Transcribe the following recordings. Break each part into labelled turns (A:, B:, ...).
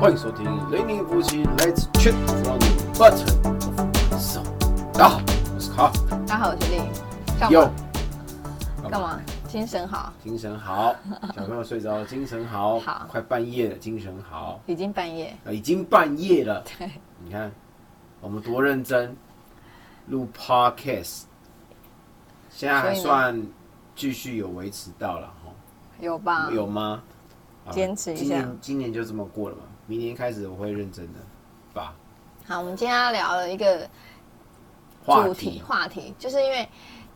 A: 欢迎收听《雷宁夫妻 Let's Chat from the Button of So》。大家好，我是卡
B: 大家好，我是丽。干
A: 哟
B: 嘛？，干嘛？精神好，
A: 精神好， 小朋友睡着了，精神好，
B: 好
A: 快半夜了，精神好，
B: 已经半夜。
A: 啊，已经半夜了，
B: 对，
A: 你看我们多认真录 Podcast，现在还
B: 所以呢
A: 算继续有维持到了哈，
B: 有吧？
A: 有吗？好
B: 坚持一下
A: 今年今年就这么过了嘛，明年开始我会认真的把
B: 好，我们今天要聊了一个
A: 话
B: 主
A: 题
B: 题，话题，就是因为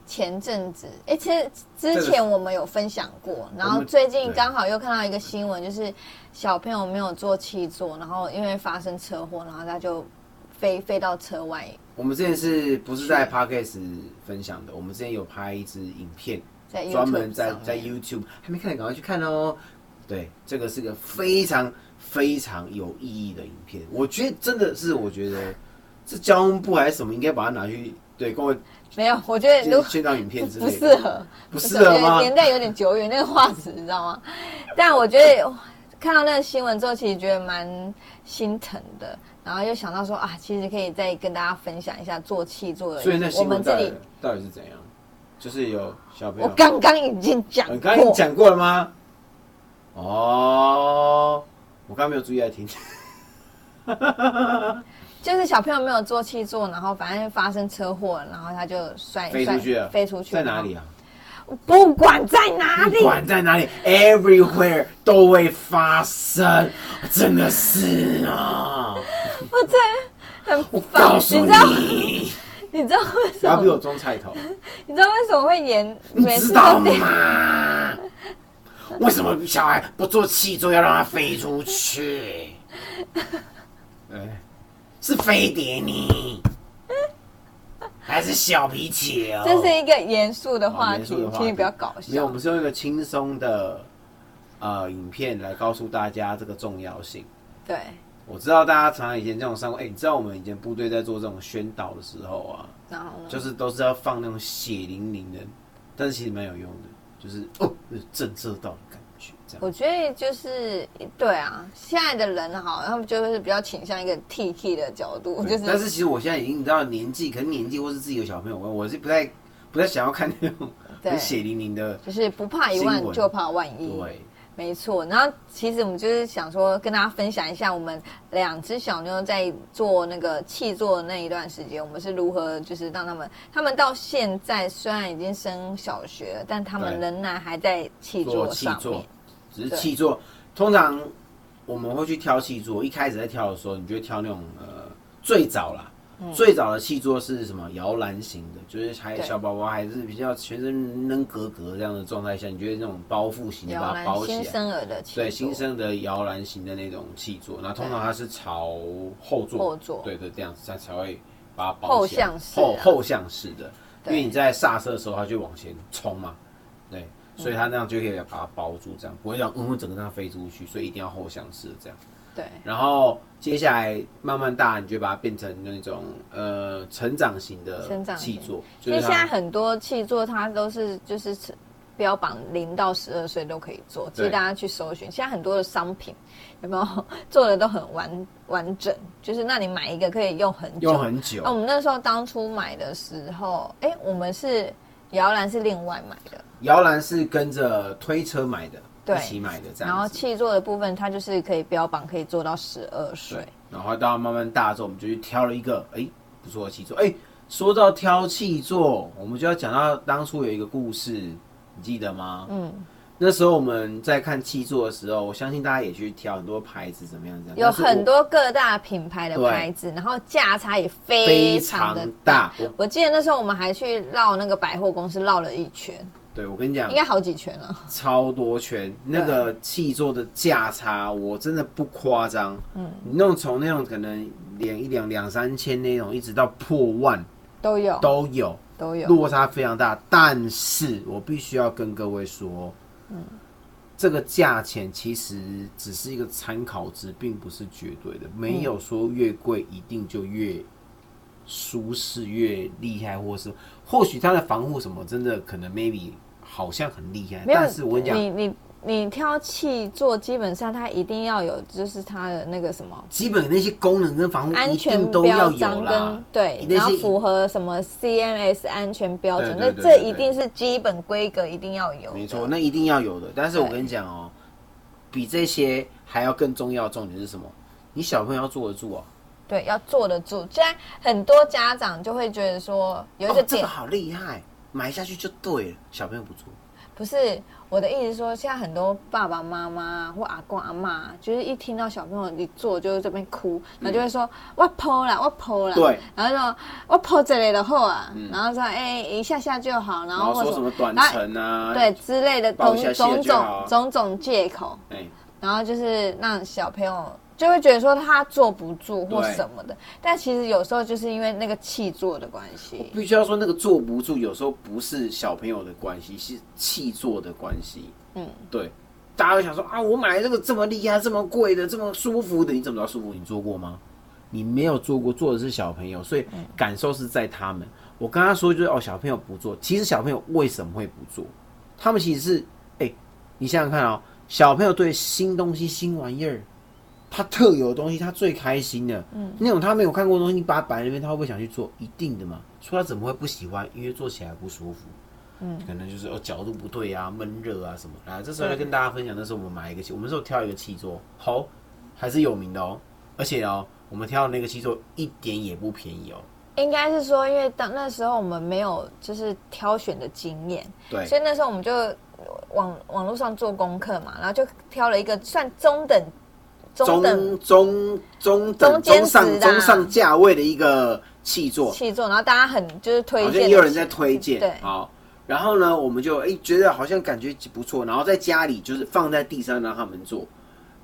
B: 前阵子，哎、其实
A: 这
B: 之
A: 个
B: 前我们有分享过，然后最近刚好又看到一个新闻，就是小朋友没有做七座，然后因为发生车祸，然后他就飞飞到车外。
A: 我们之前是不是在 podcast 分享的？我们之前有拍一支影片，
B: 在 YouTube
A: 专门在
B: 上面
A: 在 YouTube 还没看的，赶快去看哦。对，这个是个非常非常有意义的影片，我觉得真的是，我觉得这交通部还是什么，应该把它拿去对各位
B: 没有，我觉得哎如
A: 宣
B: 果
A: 宣传影片之类
B: 不哎
A: 的，
B: 适合，
A: 不啊适合吗
B: 有点年代有点久远，那个画质你知道吗？但我觉得哇看到那个新闻之后，其实觉得蛮心疼的，然后又想到说啊，其实可以再跟大家分享一下做气做的，
A: 所以那
B: 我
A: 新
B: 们
A: 闻
B: 这
A: 到底
B: 里
A: 到底是怎样？就是有小朋
B: 我
A: 友，
B: 刚刚已经讲
A: 我哦刚刚已经
B: 过，
A: 讲过了吗？哦，我刚刚没有注意在听。
B: 就是小朋友没有做气做，然后反正发生车祸，然后他就摔
A: 飞出去了
B: 摔飞出去
A: 在哪里啊？
B: 啊？不管在哪里
A: 不，管在哪里，everywhere 都会发生，真的是啊！
B: 我真的很
A: 告
B: 烦，
A: 诉
B: 你知道
A: 你，
B: 你知道为
A: 不
B: 什
A: 要
B: 么
A: 逼我装菜头，
B: 你知道为什么会演
A: 你
B: 每
A: 知
B: 次
A: 道
B: 都这样？
A: 吗？为什么小孩不做气座要让它飞出去？ 哎，是飞碟你，还是小皮球？
B: 这是一个严肃的话
A: 哦严
B: 题
A: 肃的，话
B: 请你不
A: 题
B: 要搞
A: 没有，我
B: 笑
A: 们。是用一个轻松的呃影片来告诉大家这个重要性。
B: 对，
A: 我知道大家常常以前这种上过，哎、你知道我们以前部队在做这种宣导的时候啊，
B: 然后呢？
A: 就是都是要放那种血淋淋的，但是其实蛮有用的，就是哦，有震慑到的感觉，这样。
B: 我觉得就是对啊，现在的人哈，他们就是比较倾向一个 T T 的角度，就
A: 对但
B: 是
A: 是其实我现在已经你知道年纪，可能年纪或是自己有小朋友，我我是不太不太想要看那种
B: 对
A: 很血淋淋的，
B: 就是不怕一万
A: 新闻
B: 就怕万一。
A: 对，
B: 没错，然后其实我们就是想说跟大家分享一下，我们两只小妞在做那个气做的那一段时间，我们是如何就是让他们，他们到现在虽然已经升小学了，但他们
A: 对
B: 仍然还在气
A: 做
B: 做
A: 气
B: 上面
A: 座。，只是
B: 对
A: 气座，通常我们会去挑气座，一开始在挑的时候，你就会挑那种呃最早啦。最早的气座是什么？摇篮型的，就是还
B: 嗯对
A: 小宝宝还是比较全身扔格格这样的状态下，你觉得那种包覆型的
B: 摇
A: 把它包起
B: 篮新
A: 来，
B: 生儿的气
A: 对
B: 座
A: 新生的摇篮型的那种气座，那通常
B: 对
A: 它是朝后座，
B: 后座
A: 对对，这样子它才会把它包
B: 后
A: 起来
B: 向式
A: 后
B: 啊
A: 后向式的，因
B: 对
A: 为你在刹车的时候，它就往前冲嘛，对，
B: 嗯
A: 所以它那样就可以把它包住，这样不会让嗯整个让它飞出去，所以一定要后向式的这样。
B: 对
A: 然后接下来慢慢大，你就把它变成那种呃成长型的
B: 成长
A: 气
B: 型
A: 座，
B: 因
A: 就
B: 为
A: 是
B: 现在
A: 它
B: 很多气座它都是就是标榜零到十二岁都可以做，其
A: 对
B: 实大家去搜寻，现在很多的商品有没有做的都很完完整，就是那你买一个可以用很久。
A: 用很久
B: 那、，我们那时候当初买的时候，哎、我们是摇篮是另外买的，
A: 摇篮是跟着推车买的，
B: 对
A: 一起买的这
B: 然
A: 样
B: 后
A: 子。
B: 气座的部分它就是可以标榜可以做到十二岁
A: 对，，然后到慢慢大之后，我们就去挑了一个哎、不错的气座。哎、说到挑气座，我们就要讲到当初有一个故事，你记得吗？
B: 嗯，
A: 那时候我们在看气座的时候，我相信大家也去挑很多牌子怎么样怎么样，
B: 有
A: 但是我
B: 很多各大品牌的
A: 对
B: 牌子，然后价差也非
A: 非常
B: 常的大。
A: 大。我
B: 我记得那时候我们还去绕那个百货公司绕了一圈，
A: 对我跟你讲
B: 应，该好几圈了。
A: 超多圈，那个气座的价差，我真的不夸张。嗯，你弄从那种可能两一两两三千那种，一直到破万
B: 都有，
A: 都有，
B: 都有，
A: 落差非常大。但是我必须要跟各位说，嗯，这个价钱其实只是一个参考值，并不是绝对
B: 嗯
A: 的，没有说越贵一定就越舒适、越厉害，或是或许它的防护什么真的可能 maybe 好像很厉害，
B: 没有
A: 但是我跟你讲。
B: 你你你挑气座，基本上它一定要有，就是它的那个什么
A: 基本那些功能跟防护
B: 安
A: 一
B: 全
A: 定都
B: 标
A: 要有
B: 章
A: 啦
B: 跟。对，
A: 那
B: 然后
A: 些
B: 符合什么 CMS 安全标准，
A: 对对
B: 那
A: 对
B: 这
A: 对对
B: 一定是基本规格，一定要有的。
A: 没错，那一定要有的。但是我
B: 对
A: 跟你讲哦，比这些还要更重要的重点是什么？你小朋友要坐得住哦。
B: 对，要坐得住。现在很多家长就会觉得说，有一个
A: 哦，这
B: 点、
A: 个好厉害，买下去就对了。小朋友不坐，
B: 不是我的意思是说，现在很多爸爸妈妈或阿公阿妈，就是一听到小朋友一坐就这边哭，然后就会说、我剖啦，我剖啦，
A: 对，
B: 然后说我剖这里的后啊，然后说哎、一下下就好，然
A: 然
B: 后
A: 后
B: 或
A: 说什么短
B: 然后
A: 程啊，
B: 对，之类的
A: 抱
B: 种
A: 一下谢
B: 种
A: 就好
B: 种种种借口，
A: 哎，
B: 然后就是让小朋友就会觉得说他坐不住或
A: 对
B: 什么的，但其实有时候就是因为那个气坐的关系，
A: 必须要说那个坐不住，有时候不是小朋友的关系，是气坐的关系。
B: 嗯，
A: 对。大家会想说啊，我买这个这么厉害、这么贵的、这么舒服的，你怎么知道舒服？你坐过吗？你没有坐过，坐的是小朋友，所以感受是在他们。我跟他说就是哦，小朋友不坐，其实小朋友为什么会不坐？他们其实是哎、你想想看哦，小朋友对新东西、新玩意儿，他特有的东西，他最开心的。嗯，那种他没有看过的东西，你把它摆在那边，他会不会想去做？一定的嘛。所以他怎么会不喜欢？因为做起来不舒服。嗯，可能就是哦角度不对啊，闷热啊什么。来，这时候要跟大家分享，那时候我们买一个气，我们是有挑一个气座，好，还是有名的哦。而且哦，我们挑的那个气座一点也不便宜哦。
B: 应该是说，因为当那时候我们没有就是挑选的经验，
A: 对
B: 所以那时候我们就网网络上做功课嘛，然后就挑了一个算中等中等
A: 中中中等
B: 中间
A: 中上
B: 值啊啦
A: 中上价位的一个气座，
B: 气座，然后大家很就是推
A: 好像
B: 荐的，
A: 也有人在推荐，
B: 对
A: 好，然后呢，我们就哎、觉得好像感觉不错，然后在家里就是放在地上让他们坐，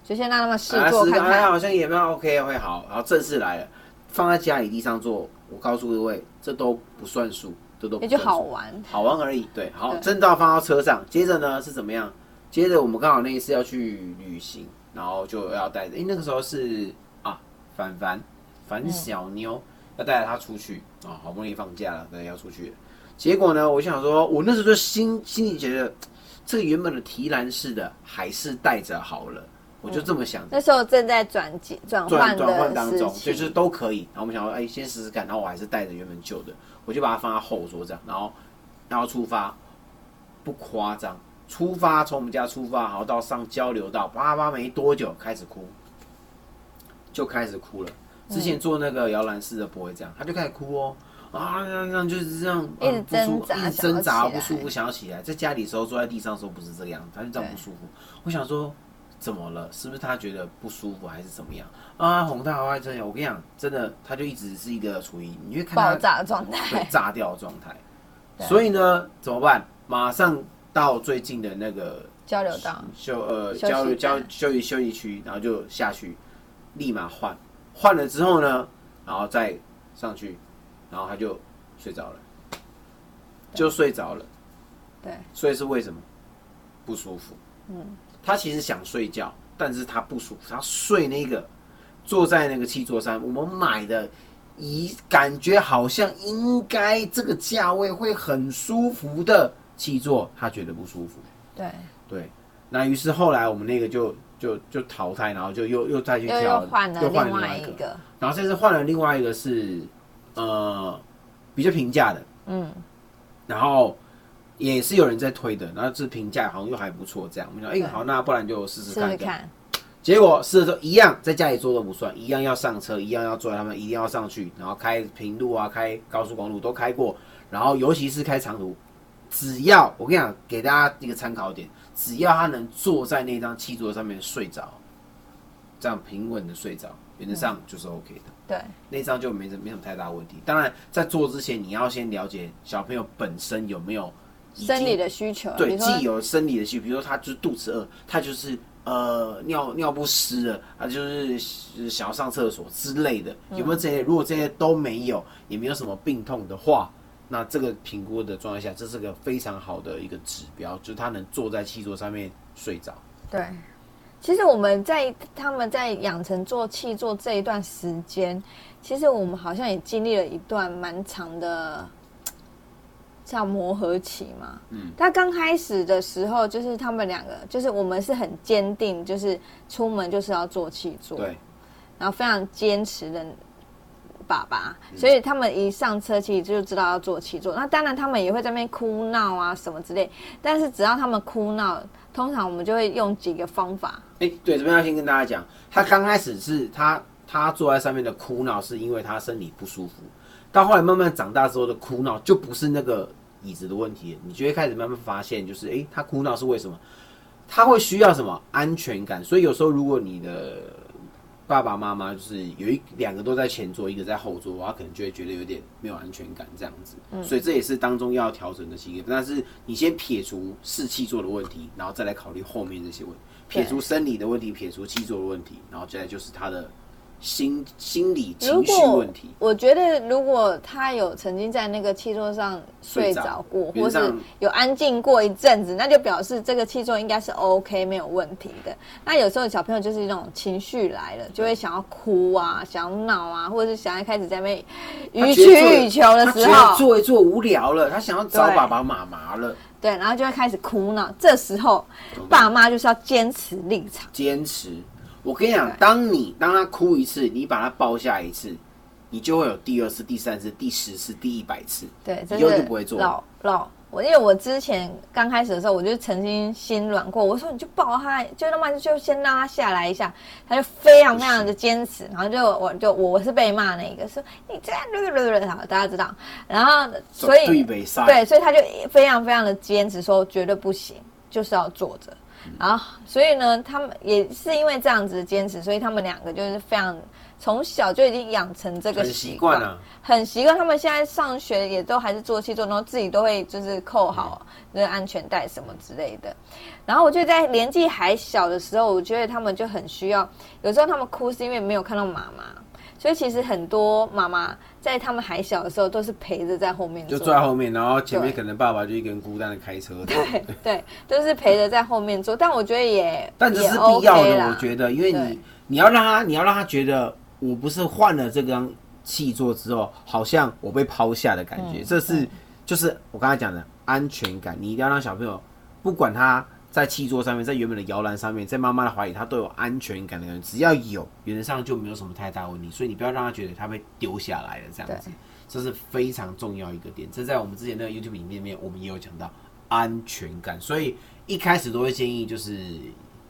B: 就先让他们试
A: 啊，
B: 坐
A: 是
B: 看
A: 哎
B: 看，
A: 好像也蛮 OK 会好，然后正式来了，放在家里地上坐，我告诉各位，这都不算数，这都不
B: 也
A: 算
B: 就
A: 数
B: 好玩。
A: 好玩而已，对，好，
B: 对
A: 真到放到车上，接着呢是怎么样？接着我们刚好那一次要去旅行，然后就要带着，哎、那个时候是啊，凡凡凡小妞、要带着她出去啊，好不容易放假了，对，要出去了。结果呢，我想说，我那时候就心心里觉得，这个原本的提篮式的还是带着好了，我就这么想着。
B: 那时候正在转机转
A: 转
B: 换
A: 转换
B: 的
A: 当
B: 时
A: 中，
B: 期，
A: 就是都可以。然后我们想说，哎、先试试看。然后我还是带着原本旧的，我就把它放在后桌这样，然后然后出发，不夸张，出发从我们家出发，然后到上交流道，叭叭没多久开始哭，就开始哭了。之
B: 嗯
A: 前坐那个摇篮式的不会这样，他就开始哭哦。啊，那那就是这样，
B: 一
A: 嗯
B: 直
A: 不舒服
B: 挣扎
A: 一直挣
B: 想
A: 扎
B: 要起
A: 不
B: 来
A: 舒服，想要起来。在家里的时候坐在地上的时候不是这个样子，他就这样不舒服。我想说，怎么了？是不是他觉得不舒服还是怎么样啊？洪大华真的，我跟你讲，真的，他就一直是一个处于你会看他
B: 爆炸状
A: 对
B: 态，
A: 炸掉的状态。
B: 对
A: 所以呢，怎么办？马上到最近的那个
B: 交流道。
A: 休呃
B: 休息
A: 交流交
B: 站
A: 休息休息区，然后就下去，立马换，换了之后呢，然后再上去，然后他就睡着了，就睡着了。
B: 对，
A: 所以是为什么不舒服？嗯，他其实想睡觉，但是他不舒服，他睡那个坐在那个七座山，我们买的。一感觉好像应该这个价位会很舒服的七座，他觉得不舒服。
B: 对，
A: 对，那于是后来我们那个就就就淘汰，然后就又又再去
B: 又
A: 挑，
B: 又换了
A: 又换
B: 另外
A: 一
B: 一
A: 个，
B: 个，
A: 然后这次换了另外一个是呃比较平价的，
B: 嗯，
A: 然后也是有人在推的，然后这评价好像又还不错，这样我们想，哎、
B: 对
A: 好，那不然就试试
B: 试
A: 看
B: 试
A: 这样。
B: 看，
A: 结果试的时候一样，在家里坐都不算，一样要上车，一样要坐在他们，一定要上去，然后开平路啊，开高速公路都开过，然后尤其是开长途，只要我跟你讲，给大家一个参考点，只要他能坐在那张汽座上面睡着，这样平稳的睡着，原则上就是 OK 的。
B: 对，
A: 那张就没什没什么太大问题。当然，在做之前，你要先了解小朋友本身有没有已经
B: 生理的需求，比
A: 对，
B: 如
A: 既
B: 说
A: 有生理的需求，比如说他就是肚子饿，他就是呃尿尿不湿了，他就是想要上厕所之类的，有没有这些？如果这些都没有，也没有什么病痛的话，那这个评估的状态下，这是个非常好的一个指标，就是他能坐在气座上面睡着。
B: 对。其实我们在他们在养成做气做这一段时间，其实我们好像也经历了一段蛮长的叫磨合期嘛。
C: 嗯，
B: 他刚开始的时候，就是他们两个，就是我们是很坚定，就是出门就是要做气做，
C: 对，
B: 然后非常坚持的爸爸，
C: 嗯
B: 所以他们一上车其实就知道要做气做。那当然他们也会在那边哭闹啊什么之类，但是只要他们哭闹，通常我们就会用几个方法，
A: 哎、对，这边要先跟大家讲，他刚开始是他他坐在上面的哭闹，是因为他身体不舒服。到后来慢慢长大之后的哭闹，就不是那个椅子的问题了，你就会开始慢慢发现，就是哎、诶他哭闹是为什么？他会需要什么安全感？所以有时候如果你的爸爸妈妈就是有一两个都在前座，一个在后座，他可能就会觉得有点没有安全感这样子。
B: 嗯
A: 所以这也是当中要调整的几个。但是你先撇除士气座的问题，然后再来考虑后面这些问题，
B: 对
A: 撇除生理的问题，撇除气座的问题，然后再来就是他的心心理
B: 如
A: 情绪
B: 果
A: 问题。
B: 我觉得，如果他有曾经在那个气座上睡着
A: 睡
B: 过，
A: 着
B: 或是
A: 原上
B: 有安静过一阵子，那就表示这个气座应该是 OK 没有问题的。那有时候小朋友就是那种情绪来了，就会想要哭啊，想要闹啊，或者是想要开始在那边予取予求的
A: 他觉
B: 时
A: 得
B: 候，
A: 做一做无聊了，他想要找
B: 对
A: 爸爸妈妈了，
B: 对，然后就会开始哭闹。这时候
A: 懂吗
B: 爸妈就是要坚持立场，
A: 坚持。我跟你讲，当你当他哭一次，你把他抱下一次，你就会有第二次、第三次、第十次、第一百次。
B: 对，
A: 以
B: 真
A: 后
B: 的
A: 就不会做
B: 老老。我因为我之前刚开始的时候，我就曾经心软过，我说你就抱他，就他妈就先让他下来一下，他就非常非常的坚持，然后就我就我我是被骂那一个，说你这样，好，大家知道，然后所以
A: 对北塞，
B: 对，所以他就非常非常的坚持说绝对不行，就是要坐着。
A: 嗯
B: 然后，所以呢，他们也是因为这样子的坚持，所以他们两个就是非常从小就已经养成这个
A: 很
B: 习
A: 习
B: 惯
A: 惯啊。
B: 很习惯。他们现在上学也都还是做气做，然后自己都会就是扣好
A: 嗯
B: 那个安全带什么之类的。然后我觉得在年纪还小的时候，我觉得他们就很需要，有时候他们哭是因为没有看到妈妈，所以其实很多妈妈在他们还小的时候都是陪着在后面
A: 就
B: 坐，
A: 坐在后面，然后前面
B: 对
A: 可能爸爸就一个人孤单的开 车。
B: 对对，都是陪着在后面坐，但我觉得也
A: 但这
B: 也
A: 是必要
B: OK
A: 的，
B: 啦
A: 我觉得，因为
B: 对
A: 你你要让他，你要让他觉得我不是换了这张气座之后，好像我被抛下的感
B: 嗯
A: 觉，这是就是我刚才讲的安全感。你一定要让小朋友，不管他在气座上面，在原本的摇篮上面，在妈妈的怀里，他都有安全感的感觉。只要有，原则上就没有什么太大问题。所以你不要让他觉得他被丢下来了这样子，这是非常重要一个点。这在我们之前那个 YouTube 影片里面，我们也有讲到安全感，所以一开始都会建议就是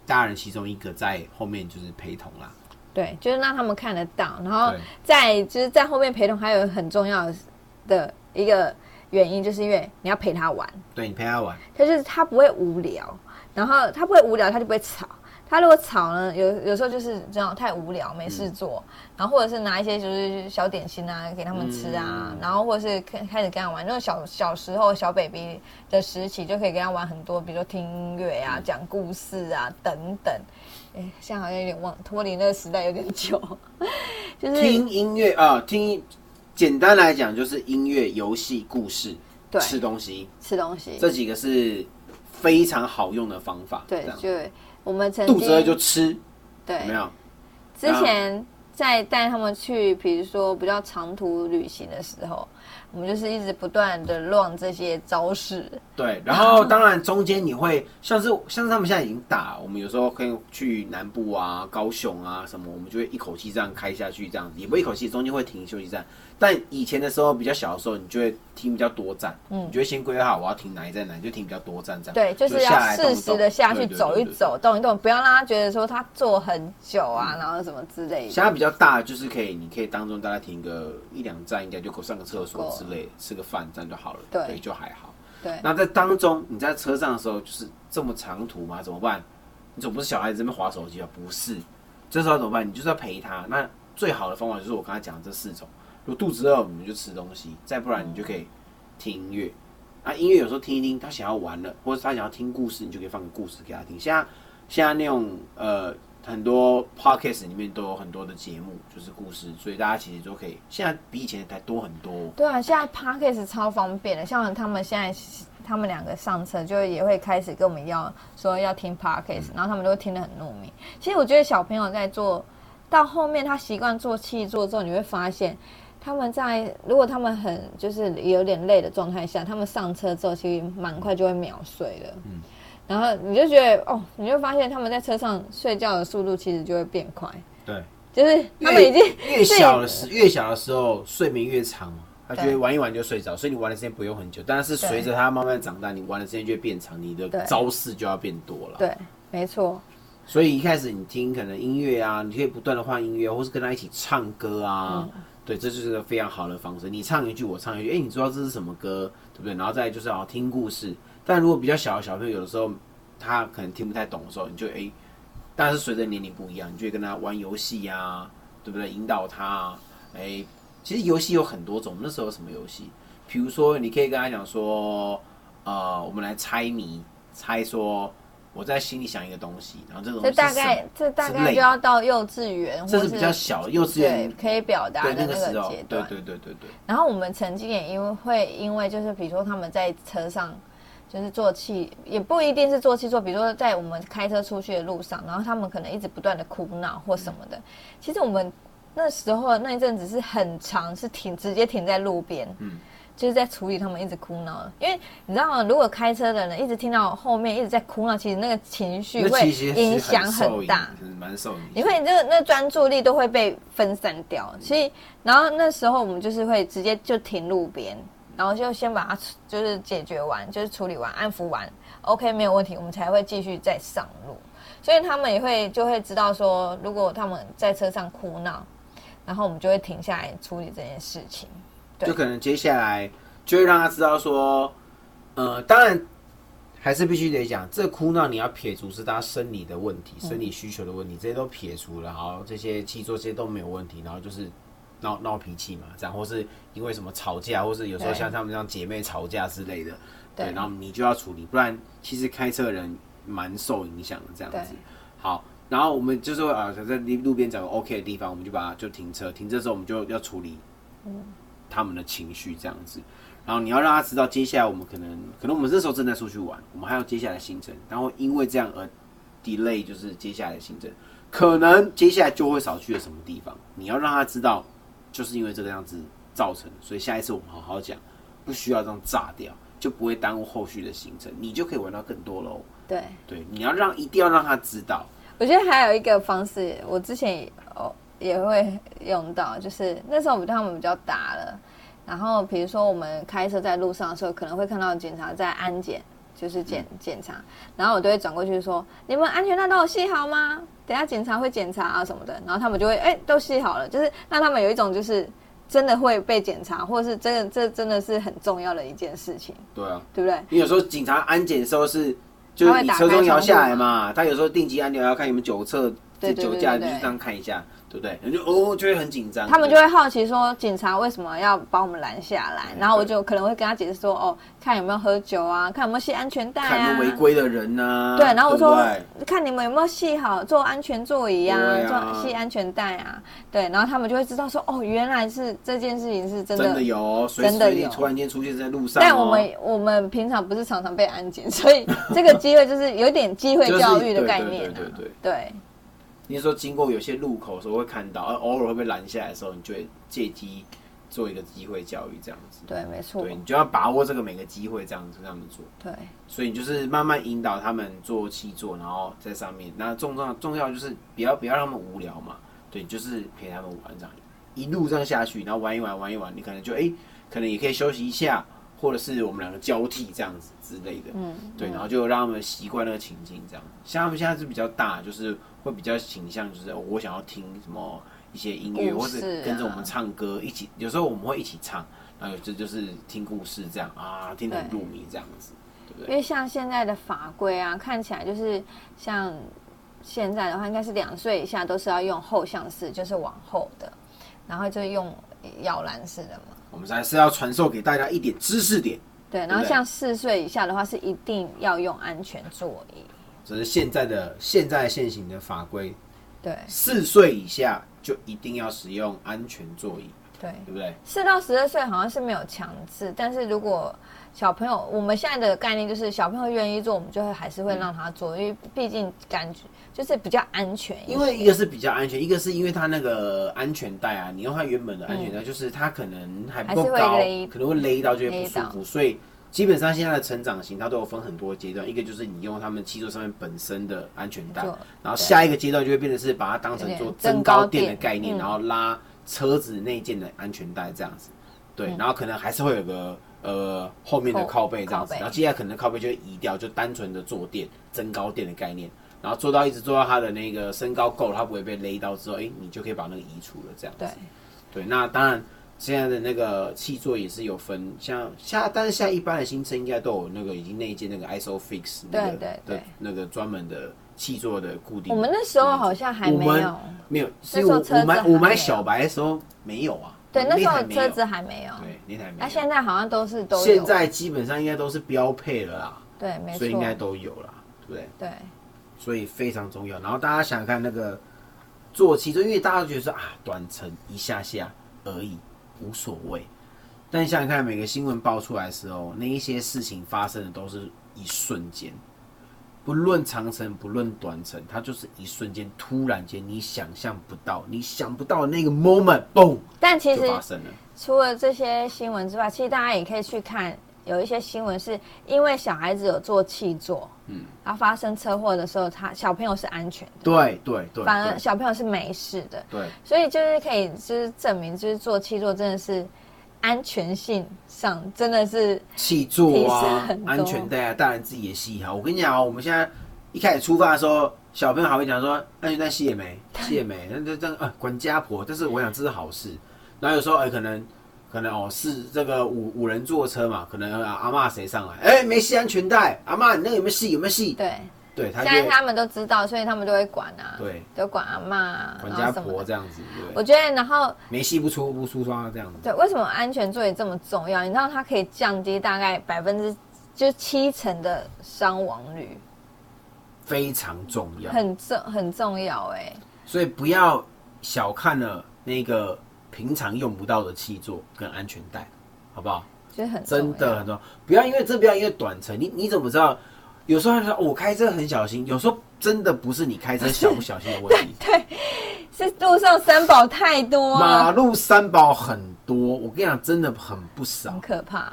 A: 大人其中一个在后面就是陪同啦。
B: 对，就是让他们看得到，然后
A: 对
B: 在就是在后面陪同，还有很重要的一个原因，就是因为你要陪他玩，
A: 对你陪他玩，
B: 他就是他不会无聊，然后他不会无聊，他就不会吵。他如果吵呢，有有时候就是这样太无聊，没事做，然后或者是拿一些就是小点心啊给他们吃啊，
A: 嗯
B: 然后或者是开开始跟他玩。那种小小时候小 baby 的时期，就可以跟他玩很多，比如说听音乐啊、讲故事
A: 嗯
B: 啊等等。哎，现在好像有点忘脱离那个时代有点久， 就是
A: 听音乐啊、听简单来讲就是音乐、游戏、故事、
B: 对
A: 吃东西，
B: 吃东西，
A: 这几个是非常好用的方法。
B: 对
A: 这，样
B: 就我们曾经
A: 肚子饿就吃，
B: 对
A: 有没有？
B: 之前在带他们去，比如说比较长途旅行的时候，我们就是一直不断的乱这些招式。
A: 对，然后当然中间你会像是像是他们现在已经打，我们有时候可以去南部啊、高雄啊什么，我们就会一口气这样开下去，这样子也不会一口气，中间会停休息站。但以前的时候比较小的时候，你就会停比较多站，嗯，你就会先规划好我要停哪一站哪一站，就停比较多站这样。
B: 对，就是
A: 下
B: 要
A: 来
B: 适时的下去走
A: 动动对
B: 一。
A: 对对对对
B: 走、动一动，不要让他觉得说他坐很久啊，然后什么之类的。
A: 现在比较大，就是可以，你可以当中大概停个一两站，应该就够上个厕所之类，吃个饭这样就好了，
B: 对
A: 就还好。
B: 对
A: 那在当中，你在车上的时候，就是这么长途嘛，怎么办？你总不是小孩子在那边划手机啊？不是，这时候怎么办？你就是要陪他。那最好的方法就是我刚才讲的这四种：如果肚子饿，你们就吃东西；再不然，你就可以听音乐。
B: 嗯
A: 啊，音乐有时候听一听，他想要玩了，或者他想要听故事，你就可以放个故事给他听。现在现在那种呃很多 podcast 里面都有很多的节目，就是故事，所以大家其实都可以。现在比以前还多很多哦。
B: 对啊，现在 p a c k a g e 超方便的，像他们现在他们两个上车就也会开始跟我们要说要听 p a c k a g e 然后他们都会听得很入迷。其实我觉得小朋友在做到后面，他习惯做气做之后，你会发现。他们在如果他们很就是有点累的状态下，他们上车之后其实蛮快就会秒睡了。嗯，然后你就觉得哦，你就发现他们在车上睡觉的速度其实就会变快，
A: 对，
B: 就是他们已经
A: 越小的时越小的时候睡眠越长嘛，他觉
B: 对
A: 得玩一玩就睡着，所以你玩的时间不用很久。但是随着他慢慢长大，你玩的时间就会变长，你的
B: 对
A: 招式就要变多了。
B: 对，没错，
A: 所以一开始你听可能音乐啊，你可以不断的换音乐，或是跟他一起唱歌
B: 嗯
A: 啊。对，这就是个非常好的方式。你唱一句，我唱一句，哎、你知道这是什么歌，对不对？然后再来就是要哦听故事。但如果比较小的小朋友，有的时候他可能听不太懂的时候，你就哎、但是随着年龄不一样，你就会跟他玩游戏呀，对不对？引导他啊，哎、其实游戏有很多种。那时候有什么游戏？比如说，你可以跟他讲说，呃，我们来猜谜，猜说我在心里想一个东西，然后这个东
B: 这
A: 西是什
B: 大概
A: 么
B: 这大
A: 之
B: 概
A: 类
B: 就
A: 的
B: 要到幼稚园或
A: 这
B: 是
A: 是比较小幼稚
B: 对
A: 园
B: 可以表达
A: 对
B: 的
A: 那
B: 那
A: 个
B: 个
A: 时候
B: 阶，
A: 对
B: 段。
A: 对对对对，
B: 然后我们曾经也因为会因为就是比如说他们在车上就是做气，也不一定是做气做，比如说在我们开车出去的路上，然后他们可能一直不断的哭闹或什么
A: 嗯
B: 的。其实我们那时候那一阵子是很长，是停直接停在路边，
A: 嗯
B: 就是在处理他们一直哭闹的。因为你知道吗？如果开车的人一直听到后面一直在哭闹，其实那个情绪
A: 那
B: 会
A: 其实是
B: 影响
A: 受
B: 很
A: 影
B: 大。，
A: 嗯蛮受影响。
B: 你会，你这那专注力都会被分散掉，所以然后那时候我们就是会直接就停路边，然后就先把它处就是解决完，就是处理完、安抚完，OK 没有问题，我们才会继续再上路。所以他们也会就会知道说，如果他们在车上哭闹，然后我们就会停下来处理这件事情。对
A: 就可能接下来就会让他知道说，呃，当然还是必须得讲，这哭闹你要撇除是他生理的问题、
B: 嗯
A: 生理需求的问题，这些都撇除了，好，这些气作这些都没有问题，然后就是闹闹脾气嘛，这样或是因为什么吵架，或是有时候
B: 对
A: 像他们这样姐妹吵架之类的，对，
B: 对
A: 然后你就要处理，不然其实开车的人蛮受影响的这样子
B: 对。
A: 好，然后我们就是会啊，在路边找个 OK 的地方，我们就把它就停车，停车之后我们就要处理他们的情绪这样子。然后你要让他知道，接下来我们可能可能我们这时候正在出去玩，我们还有接下来的行程，然后因为这样而 delay 就是接下来的行程，可能接下来就会少去了什么地方。你要让他知道，就是因为这个样子造成的，所以下一次我们好好讲，不需要这样炸掉，就不会耽误后续的行程，你就可以玩到更多喽。
B: 对，
A: 对，你要让一定要让他知道，
B: 我觉得还有一个方式，我之前也哦也会用到，就是那时候我们他们比较大了，然后比如说我们开车在路上的时候，可能会看到警察在安检，就是检检查，然后我都会转过去说：“你们安全带都有系好吗？等一下警察会检查啊什么的。”然后他们就会哎、都系好了，就是让他们有一种就是真的会被检查，或者是真的这真的是很重要的一件事情，
A: 对啊，
B: 对不对？
A: 因为有时候警察安检的时候是，就是你
B: 他会打
A: 车
B: 开
A: 窗摇下来
B: 窗户
A: 嘛，他有时候定期安检要看有没有酒测、
B: 对对
A: 酒
B: 对
A: 驾，
B: 对
A: 就
B: 对
A: 是这样看一下，对不对？你就哦，就会很紧张。
B: 他们就会好奇说，警察为什么要把我们拦下来？然后我就可能会跟他解释说，哦，看有没有喝酒啊，看有没有系安全带
A: 看有
B: 啊
A: 没有，违规的人呐、
B: 对，然后我
A: 对
B: 说
A: 不对
B: 看你们有没有系好坐安全座椅啊，
A: 对啊
B: 坐系安全带啊，对，然后他们就会知道说，哦，原来是这件事情是真的。
A: 真的有哦，随时
B: 真的
A: 随地
B: 有
A: 突然间出现在路上、哦。
B: 但我们我们平常不是常常被安检， 所以这个机会就是有点机会
A: 就是
B: 教育的
A: 对
B: 概
A: 对
B: 念啊，
A: 对对对
B: 对
A: 你说经过有些路口的时候会看到，而偶尔会被拦下来的时候，你就会借机做一个机会教育这样子。
B: 对没错，
A: 对，你就要把握这个每个机会，这样子这样子做。
B: 对
A: 所以你就是慢慢引导他们做气做，然后在上面。那重要重要就是不要不要让他们无聊嘛，对，你就是陪他们玩这样，一路这样下去，然后玩一玩玩一玩，你可能就哎、可能也可以休息一下，或者是我们两个交替这样子之类的，
B: 嗯，
A: 对，然后就让他们习惯那个情境这样。像他们现在是比较大，就是会比较倾向就是、哦我想要听什么一些音乐，
B: 故
A: 或
B: 事啊
A: 是跟着我们唱歌一起，有时候我们会一起唱，然后这就是听故事这样啊，听得很入迷这样子，对不对？
B: 因为像现在的法规啊，看起来就是像现在的话，应该是两岁以下都是要用后向式，就是往后的，然后就用摇篮式的嘛。
A: 我们还是要传授给大家一点知识点，
B: 对，然后
A: 对
B: 像四岁以下的话，是一定要用安全座椅。
A: 这是现在的现在现行的法规，
B: 对
A: 四岁以下就一定要使用安全座椅，
B: 对，
A: 对不对？
B: 四到十二岁好像是没有强制，但是如果小朋友，我们现在的概念就是小朋友愿意做，我们就会还是会
A: 嗯
B: 让他做，因为毕竟感觉就是比较安全一些。
A: 因为一个是比较安全，一个是因为它那个安全带啊，你用它原本的安全带，就是它可能还不够
B: 还是
A: 高
B: 会勒，
A: 可能会勒到就会不
B: 勒
A: 舒
B: 到
A: 服，所以。基本上现在的成长型，它都有分很多阶段，一个就是你用他们汽车上面本身的安全带
B: 没错，
A: 然后下一个阶段就会变成是把它当成
B: 有点
A: 做
B: 增
A: 增高
B: 高
A: 垫的
B: 垫
A: 概念，
B: 嗯
A: 然后拉车子内件的安全带这样子，对，然后可能还是会有个呃后面的
B: 嗯后
A: 靠背这样子，
B: 靠背
A: 然后接下来可能靠背就会移掉，就单纯的坐垫增高垫的概念，然后做到一直做到他的那个身高够了，他不会被勒到之后，哎、你就可以把那个移除了这样子。
B: 对，
A: 对，那当然现在的那个气座也是有分，像下，但是现在一般的新车应该都有那个已经内建那个 ISOFIX 那个
B: 对对对
A: 的那个专门的气座的固定。
B: 我们那时候好像还没
A: 我
B: 有
A: 们，没有，所
B: 那
A: 以
B: 时候
A: 我
B: 车子
A: 我买
B: 还没有
A: 我买小白的时候没有啊。
B: 对，那时
A: 台
B: 候
A: 没有
B: 车子还没有。
A: 对那台没
B: 那、
A: 有。
B: 现在好像都是都有。
A: 现在基本上应该都是标配了啦，
B: 对，没
A: 所以应该
B: 错，
A: 都有啦，对不对？
B: 对，
A: 所以非常重要。然后大家想想看那个坐骑，就因为大家都觉得说啊，短程一下下而已，无所谓。但想想看，每个新闻爆出来的时候，那一些事情发生的都是一瞬间，不论长程，不论短程，它就是一瞬间，突然间你想象不到，你想不到的那个 moment，嘣
B: 但其
A: 就
B: 实
A: 发生了。
B: 除了这些新闻之外，其实大家也可以去看，有一些新闻是因为小孩子有做气座，嗯，然后发生车祸的时候，他小朋友是安全的，
A: 对对对，
B: 反而
A: 对
B: 小朋友是没事的，
A: 对
B: 所以就是可以就是证明，就是做气座真的是安全性上真的是
A: 气座啊
B: 提升很、多
A: 安全带啊，大人自己也系好。我跟你讲啊，我们现在一开始出发的时候，小朋友还会讲说哎安全带系也 没，系也没，那这这啊管家婆。但是我想这是好事。然后有时候哎、可能可能哦是这个五五人坐车嘛，可能、啊阿嬷谁上来，哎、没系安全带，阿嬷你那个有没有系？有没有系？
B: 对，
A: 对，他
B: 现
A: 就
B: 在
A: 会
B: 他们都知道，所以他们都会管啊，
A: 对，
B: 都管阿妈、啊，
A: 管
B: 然
A: 家
B: 后什么
A: 婆
B: 的。
A: 这样子，对不
B: 我
A: 对？
B: 觉得，然后
A: 没系不出不出窗这样子。
B: 对，为什么安全座椅这么重要？你知道它可以降低大概百分之就七成的伤亡率，
A: 非常重要，
B: 很重很重要哎、
A: 所以不要小看了那个平常用不到的气座跟安全带，好不好？
B: 就是很重要
A: 真的很重要，不要因为这不要因为短程，你你怎么知道？有时候他说、哦我开车很小心，有时候真的不是你开车小不小心的 问题。
B: 啊是路上三宝太多
A: 马
B: 了，
A: 路三宝很多，我跟你讲，真的很不少
B: 很。可怕。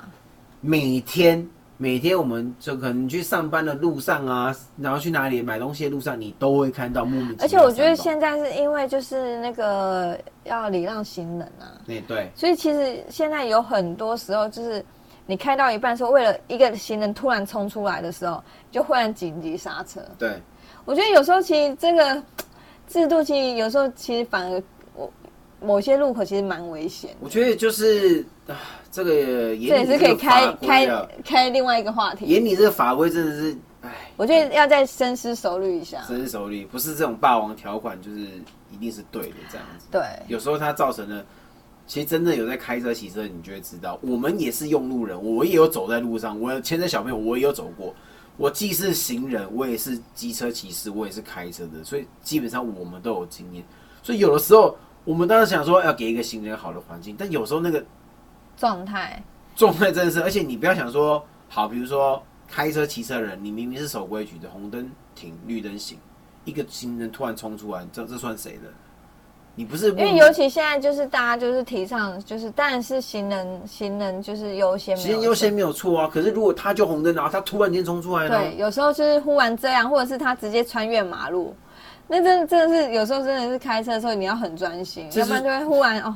A: 每天每天我们就可能去上班的路上啊，然后去哪里买东西的路上，你都会看到莫名其妙的
B: 而且我觉得
A: 三宝
B: 现在是因为就是那个要礼让行人啊，
A: 哎对
B: 所以其实现在有很多时候就是你开到一半的时候，为了一个行人突然冲出来的时候，你就忽然紧急刹车。
A: 对
B: 我觉得有时候其实这个制度，其实有时候其实反而我某些路口其实蛮危险的。
A: 我觉得就是啊，这个
B: 这
A: 也
B: 也是可以开开开另外一个话题。
A: 眼啊里这个法规真的是，哎，
B: 我觉得要再深思熟虑一下。
A: 深思熟虑，不是这种霸王条款就是一定是对的这样子。
B: 对
A: 有时候它造成了，其实真的有在开车、骑车，你就会知道，我们也是用路人，我也有走在路上，我牵着小朋友，我也有走过。我既是行人，我也是机车骑士，我也是开车的，所以基本上我们都有经验。所以有的时候，我们当然想说要给一个行人好的环境，但有时候那个
B: 状态，
A: 状态真的是，而且你不要想说，好，比如说开车、骑车的人，你明明是守规矩的，红灯停，绿灯行，一个行人突然冲出来，这这算谁的？你不是
B: 因为尤其现在就是大家就是提倡，就是当然是行人行人就是优先，
A: 行人优先。没有错啊，可是如果他就红灯，然后他突然间冲出来
B: 对，
A: 呢？
B: 有时候就是忽然这样，或者是他直接穿越马路，那真的真的是有时候真的是开车的时候你要很专心，
A: 这
B: 要
A: 是
B: 不然就会忽然哦，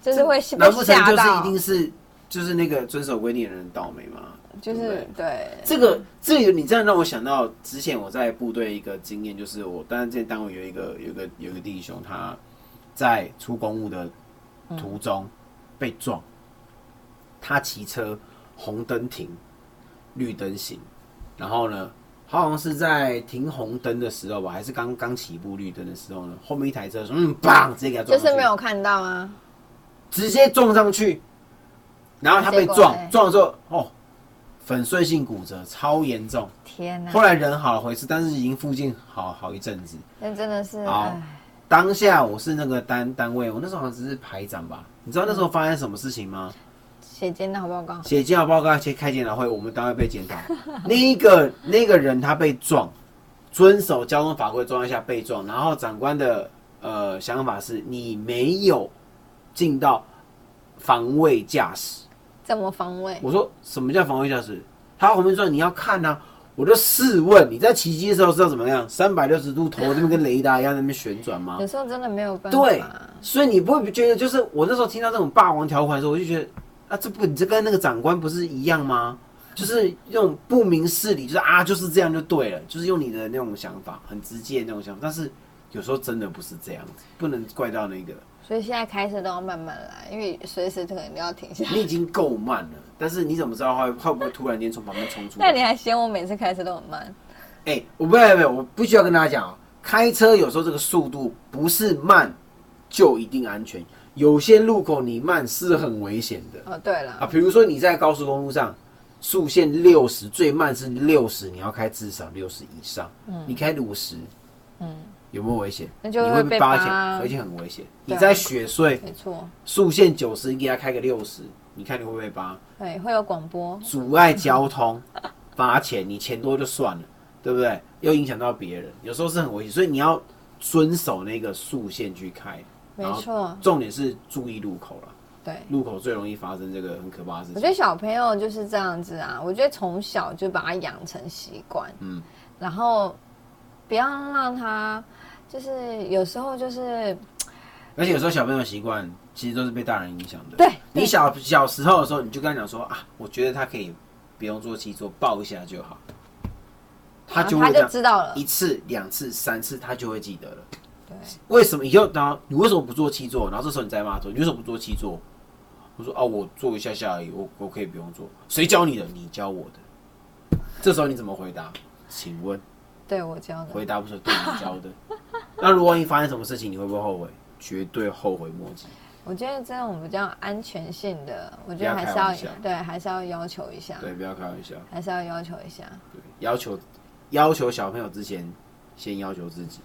B: 就是会
A: 难
B: 被
A: 不成
B: 吓
A: 就是
B: 到
A: 一。定是就是那个遵守规定的人倒霉吗？
B: 就是
A: 对不对
B: 对，
A: 这个这个，你这样让我想到之前我在部队一个经验，就是我当然这单位有一个有一个有一个弟兄，他在出公务的途中被撞，他骑车红灯停，绿灯行，然后呢，他好像是在停红灯的时候吧，还是刚刚起步绿灯的时候呢，后面一台车说嗯，棒，直接给他
B: 就
A: 撞，
B: 是没，有看到啊，
A: 直接撞上去，然后他被
B: 结果哎
A: 撞
B: 嘞
A: 撞了之后，哦，粉碎性骨折，超严重。
B: 天哪
A: 后！来人好了回去，但是已经附近好好一阵子。
B: 那真的是，
A: 好
B: 唉
A: 当下我是那个单单位，我那时候好像只是排长吧。你知道那时候发生什么事情吗？
B: 写检讨报告，
A: 写检讨报告、去开检讨会，我们都会被检讨。 那个那个人他被撞，遵守交通法规状况下被撞，然后长官的呃想法是你没有尽到防卫驾驶。
B: 怎么防卫？
A: 我说什么叫防卫驾驶？他后面说你要看呐、我就试问你在骑机的时候是要怎么样？三百六十度头这边跟雷达一样在那边旋转吗？
B: 有时候真的没有办法。
A: 对，所以你不会觉得，就是我那时候听到这种霸王条款的时候，我就觉得，啊，这不你这跟那个长官不是一样吗？就是用不明事理，就是啊，就是这样就对了，就是用你的那种想法，很直接的那种想法。但是有时候真的不是这样子，不能怪到那个，
B: 所以现在开车都要慢慢来，因为随时可能都要停下来。
A: 你已经够慢了，但是你怎么知道他会他会不会突然间从旁边冲出来？
B: 那你还嫌我每次开车都很慢？
A: 哎、我不要不要，我必须要跟大家讲哦，开车有时候这个速度不是慢就一定安全，有些路口你慢是很危险的。
B: 哦，对了，
A: 啊，比如说你在高速公路上，速限六十，最慢是六十，你要开至少六十以上。你开五十，
B: 嗯，
A: 有没有危险？
B: 那就
A: 你
B: 会
A: 会
B: 被
A: 罚
B: 罚
A: 钱，
B: 啊
A: 而且很危险。
B: 对
A: 你
B: 啊
A: 在雪隧
B: 没错，
A: 速限九十，你给他开个六十，你看你会不会罚？
B: 对，会有广播，
A: 阻碍交通，罚钱，你钱多就算了，对不对？又影响到别人，有时候是很危险，所以你要遵守那个速限去开。
B: 没错，
A: 重点是注意路口了，
B: 对。
A: 路口最容易发生这个很可怕的事
B: 我
A: 情
B: 觉。得小朋友就是这样子啊，我觉得从小就把他养成习惯，
A: 嗯，
B: 然后不要让他就是有时候就是
A: 而且有时候小朋友习惯其实都是被大人影响的。
B: 对
A: 你小小时候的时候，你就跟他讲说啊，我觉得他可以不用做七做，抱一下就好，他就会
B: 他
A: 这
B: 就
A: 样。
B: 知道了
A: 一，次、两次、三次，他就会记得了。为什么以后然后你为什么不做七座？然后这时候你再骂说你为什么不做七座？我说哦，我做一下下而已，我我可以不用做。谁教你的？你教我的。这时候你怎么回答？请问
B: 对我教的，
A: 回答不出来对你教的。那如果万一发生什么事情，你会不会后悔？绝对后悔莫及。
B: 我觉得这种比较安全性的，我觉得
A: 不要
B: 还
A: 开
B: 是要
A: 玩笑
B: 对，还是要要求一下，
A: 对，不要开玩笑。
B: 还是要要求一下。
A: 对，要求要求小朋友之前，先要求自己，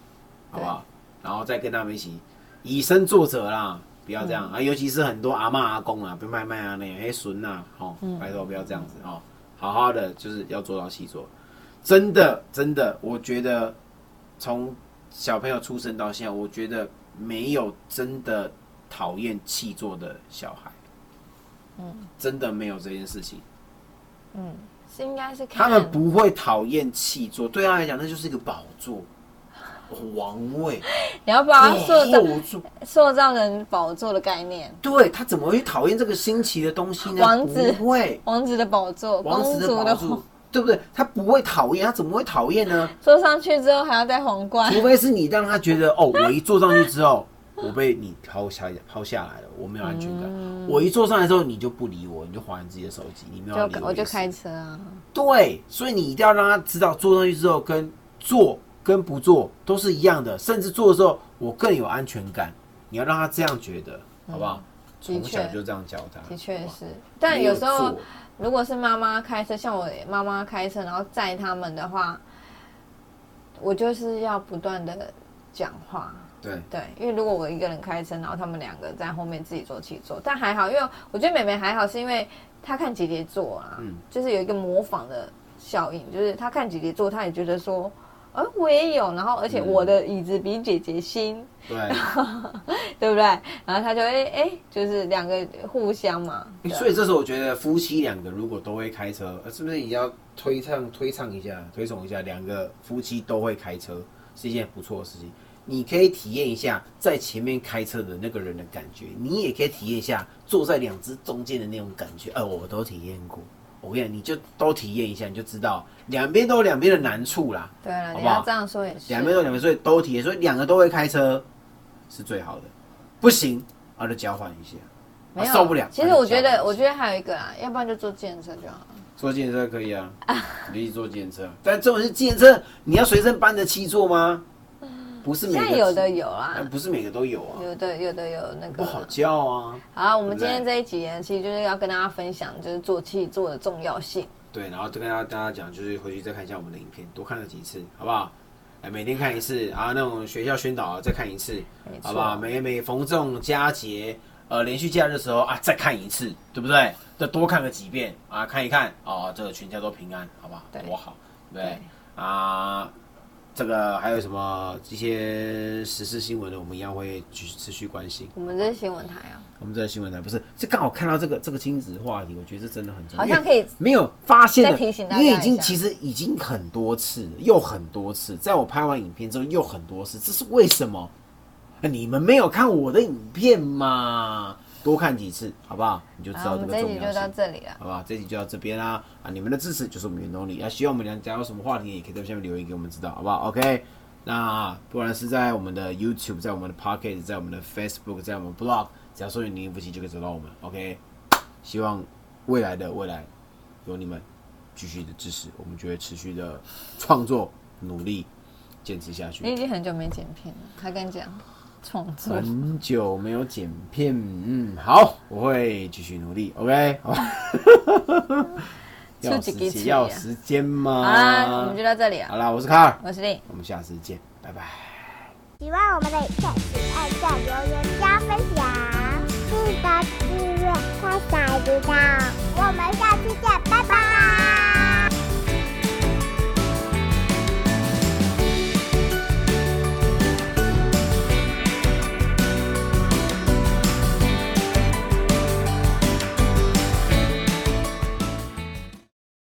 A: 好不好？然后再跟他们一起以身作则啦，不要这样、啊！尤其是很多阿嬷阿公啊，别卖卖啊那样，哎孙呐，哦，拜托不要这样子哦，好好的就是要做到细做。真的真的，我觉得从小朋友出生到现在，我觉得没有真的讨厌气做的小孩，嗯，真的没有这件事情。
B: 是应该是看
A: 他们不会讨厌气座，对他来讲那就是一个宝座，王位，哦
B: 你要
A: 嗯
B: 把它塑造
A: 后座。
B: 塑造成宝座的概念，
A: 对他怎么会讨厌这个新奇的东西呢？
B: 王子
A: 不会，
B: 王子的宝座，
A: 王
B: 公
A: 子
B: 主
A: 宝
B: 的
A: 座
B: 皇，，
A: 对不对？他不会讨厌，他怎么会讨厌 呢？
B: 坐上去之后还要戴皇冠，
A: 除非是你让他觉得哦，我一坐上去之后，我被你抛下抛下来了，我没有安全感。
B: 嗯
A: 我一坐上来之后，你就不理我，你就划你自己的手机，你没有要理
B: 就
A: 我
B: 我就
A: 也是
B: 开车啊，
A: 对，所以你一定要让他知道，坐上去之后跟做跟不做都是一样的，甚至做的时候我更有安全感。你要让他这样觉得，好不好？
B: 嗯的
A: 从小
B: 确
A: 就这样教他，
B: 的
A: 好
B: 确
A: 不好
B: 是。但
A: 没有
B: 有时候
A: 做
B: 如果是妈妈开车，像我妈妈开车，然后载他们的话，我就是要不断的讲话。
A: 对
B: 对，因为如果我一个人开车，然后他们两个在后面自己坐自己坐，但还好，因为我觉得妹妹还好，是因为她看姐姐坐啊，
A: 嗯
B: 就是有一个模仿的效应，就是她看姐姐坐，她也觉得说，呃，我也有，然后而且我的椅子比姐姐新，
A: 对，
B: 对不对？然后她就哎哎，就是两个互相嘛，
A: 诶所以这时候我觉得夫妻两个如果都会开车，呃是不是也要推倡推倡一下、推崇一下？两个夫妻都会开车是一件不错的事情。你可以体验一下在前面开车的那个人的感觉，你也可以体验一下坐在两只中间的那种感觉。呃，我都体验过。我跟你讲，你就都体验一下，你就知道两边都有两边的难处啦。
B: 对了，
A: 好
B: 你
A: 不好
B: 要这样说也是，
A: 两边都有两边，所以都体验，所以两个都会开车是最好的。不行，啊就交换一下，
B: 没有、
A: 啊受不了
B: 其实我
A: 那就这
B: 觉
A: 样
B: 得，我觉得还有一个啊啦，要不然就坐健身就好了。
A: 坐计程车可以啊，你一起坐计程车。但重点是计程车，你要随身搬得七座吗？不是每
B: 现在
A: 个
B: 有啊的有啦
A: 哎，不是每个都有啊，
B: 有的有的有那
A: 不
B: 个。
A: 好叫啊。
B: 好啦，我们
A: 对
B: 今
A: 不对
B: 天这一集呢，其实就是要跟大家分享，就是做气做的重要性。
A: 对，然后就跟大家大家讲，就是回去再看一下我们的影片，多看了几次，好不好？哎，每天看一次啊，那种学校宣导啊，再看一次
B: 没，错
A: 好不好？每每逢这种佳节，呃连续假日的时候啊再看一次，对不对？再多看个几遍啊，看一看啊、这个全家都平安，好不好？
B: 对
A: 多好，对不对
B: 对
A: 啊。这个还有什么一些时事新闻呢？我们一样会继续持续关心。
B: 我们这是新闻台啊，
A: 我们这个新闻呢，不是，是刚好看到这个这个亲子话题，我觉得这真的很重要。
B: 好像可以
A: 没有发现
B: 再
A: 的，
B: 提醒大
A: 因
B: 家
A: 为已经
B: 一下
A: 其实已经很多次了，又很多次，在我拍完影片之后又很多次，这是为什么？你们没有看我的影片嘛？多看几次好不好？你就知
B: 好，
A: 道
B: 啊我
A: 这
B: 们
A: 个
B: 这一
A: 重
B: 集就
A: 要
B: 到
A: 性。
B: 这里了。
A: 好不好？这集就到这边啦啊！你们的支持就是我们原动力啊！希望我们两家有什么话题，也可以在下面留言给我们知道，好不好？OK，那不管是在我们的 YouTube，在我们的 Pocket，在我们的 Facebook，在我们 Blog，只要搜寻零零夫妻就可以找到我们。OK，希望未来的未来有你们继续的支持，我们就会持续的创作努力，坚持下去
B: 哎你。已经很久没剪片了，他跟你讲创作。
A: 很久没有剪片，嗯，好，我会继续努力，OK，好吧。要
B: 出
A: 时间
B: 几支旗
A: 要
B: 啊
A: 时间
B: 好啦，啊我
A: 吗
B: 们？就到这里了。
A: 好啦，我是卡尔，
B: 我是丽，
A: 我们下次见，拜拜。
D: 喜欢我们的影片，请按赞、留言、加分享，记得订阅、开小铃铛。我们下期见，拜拜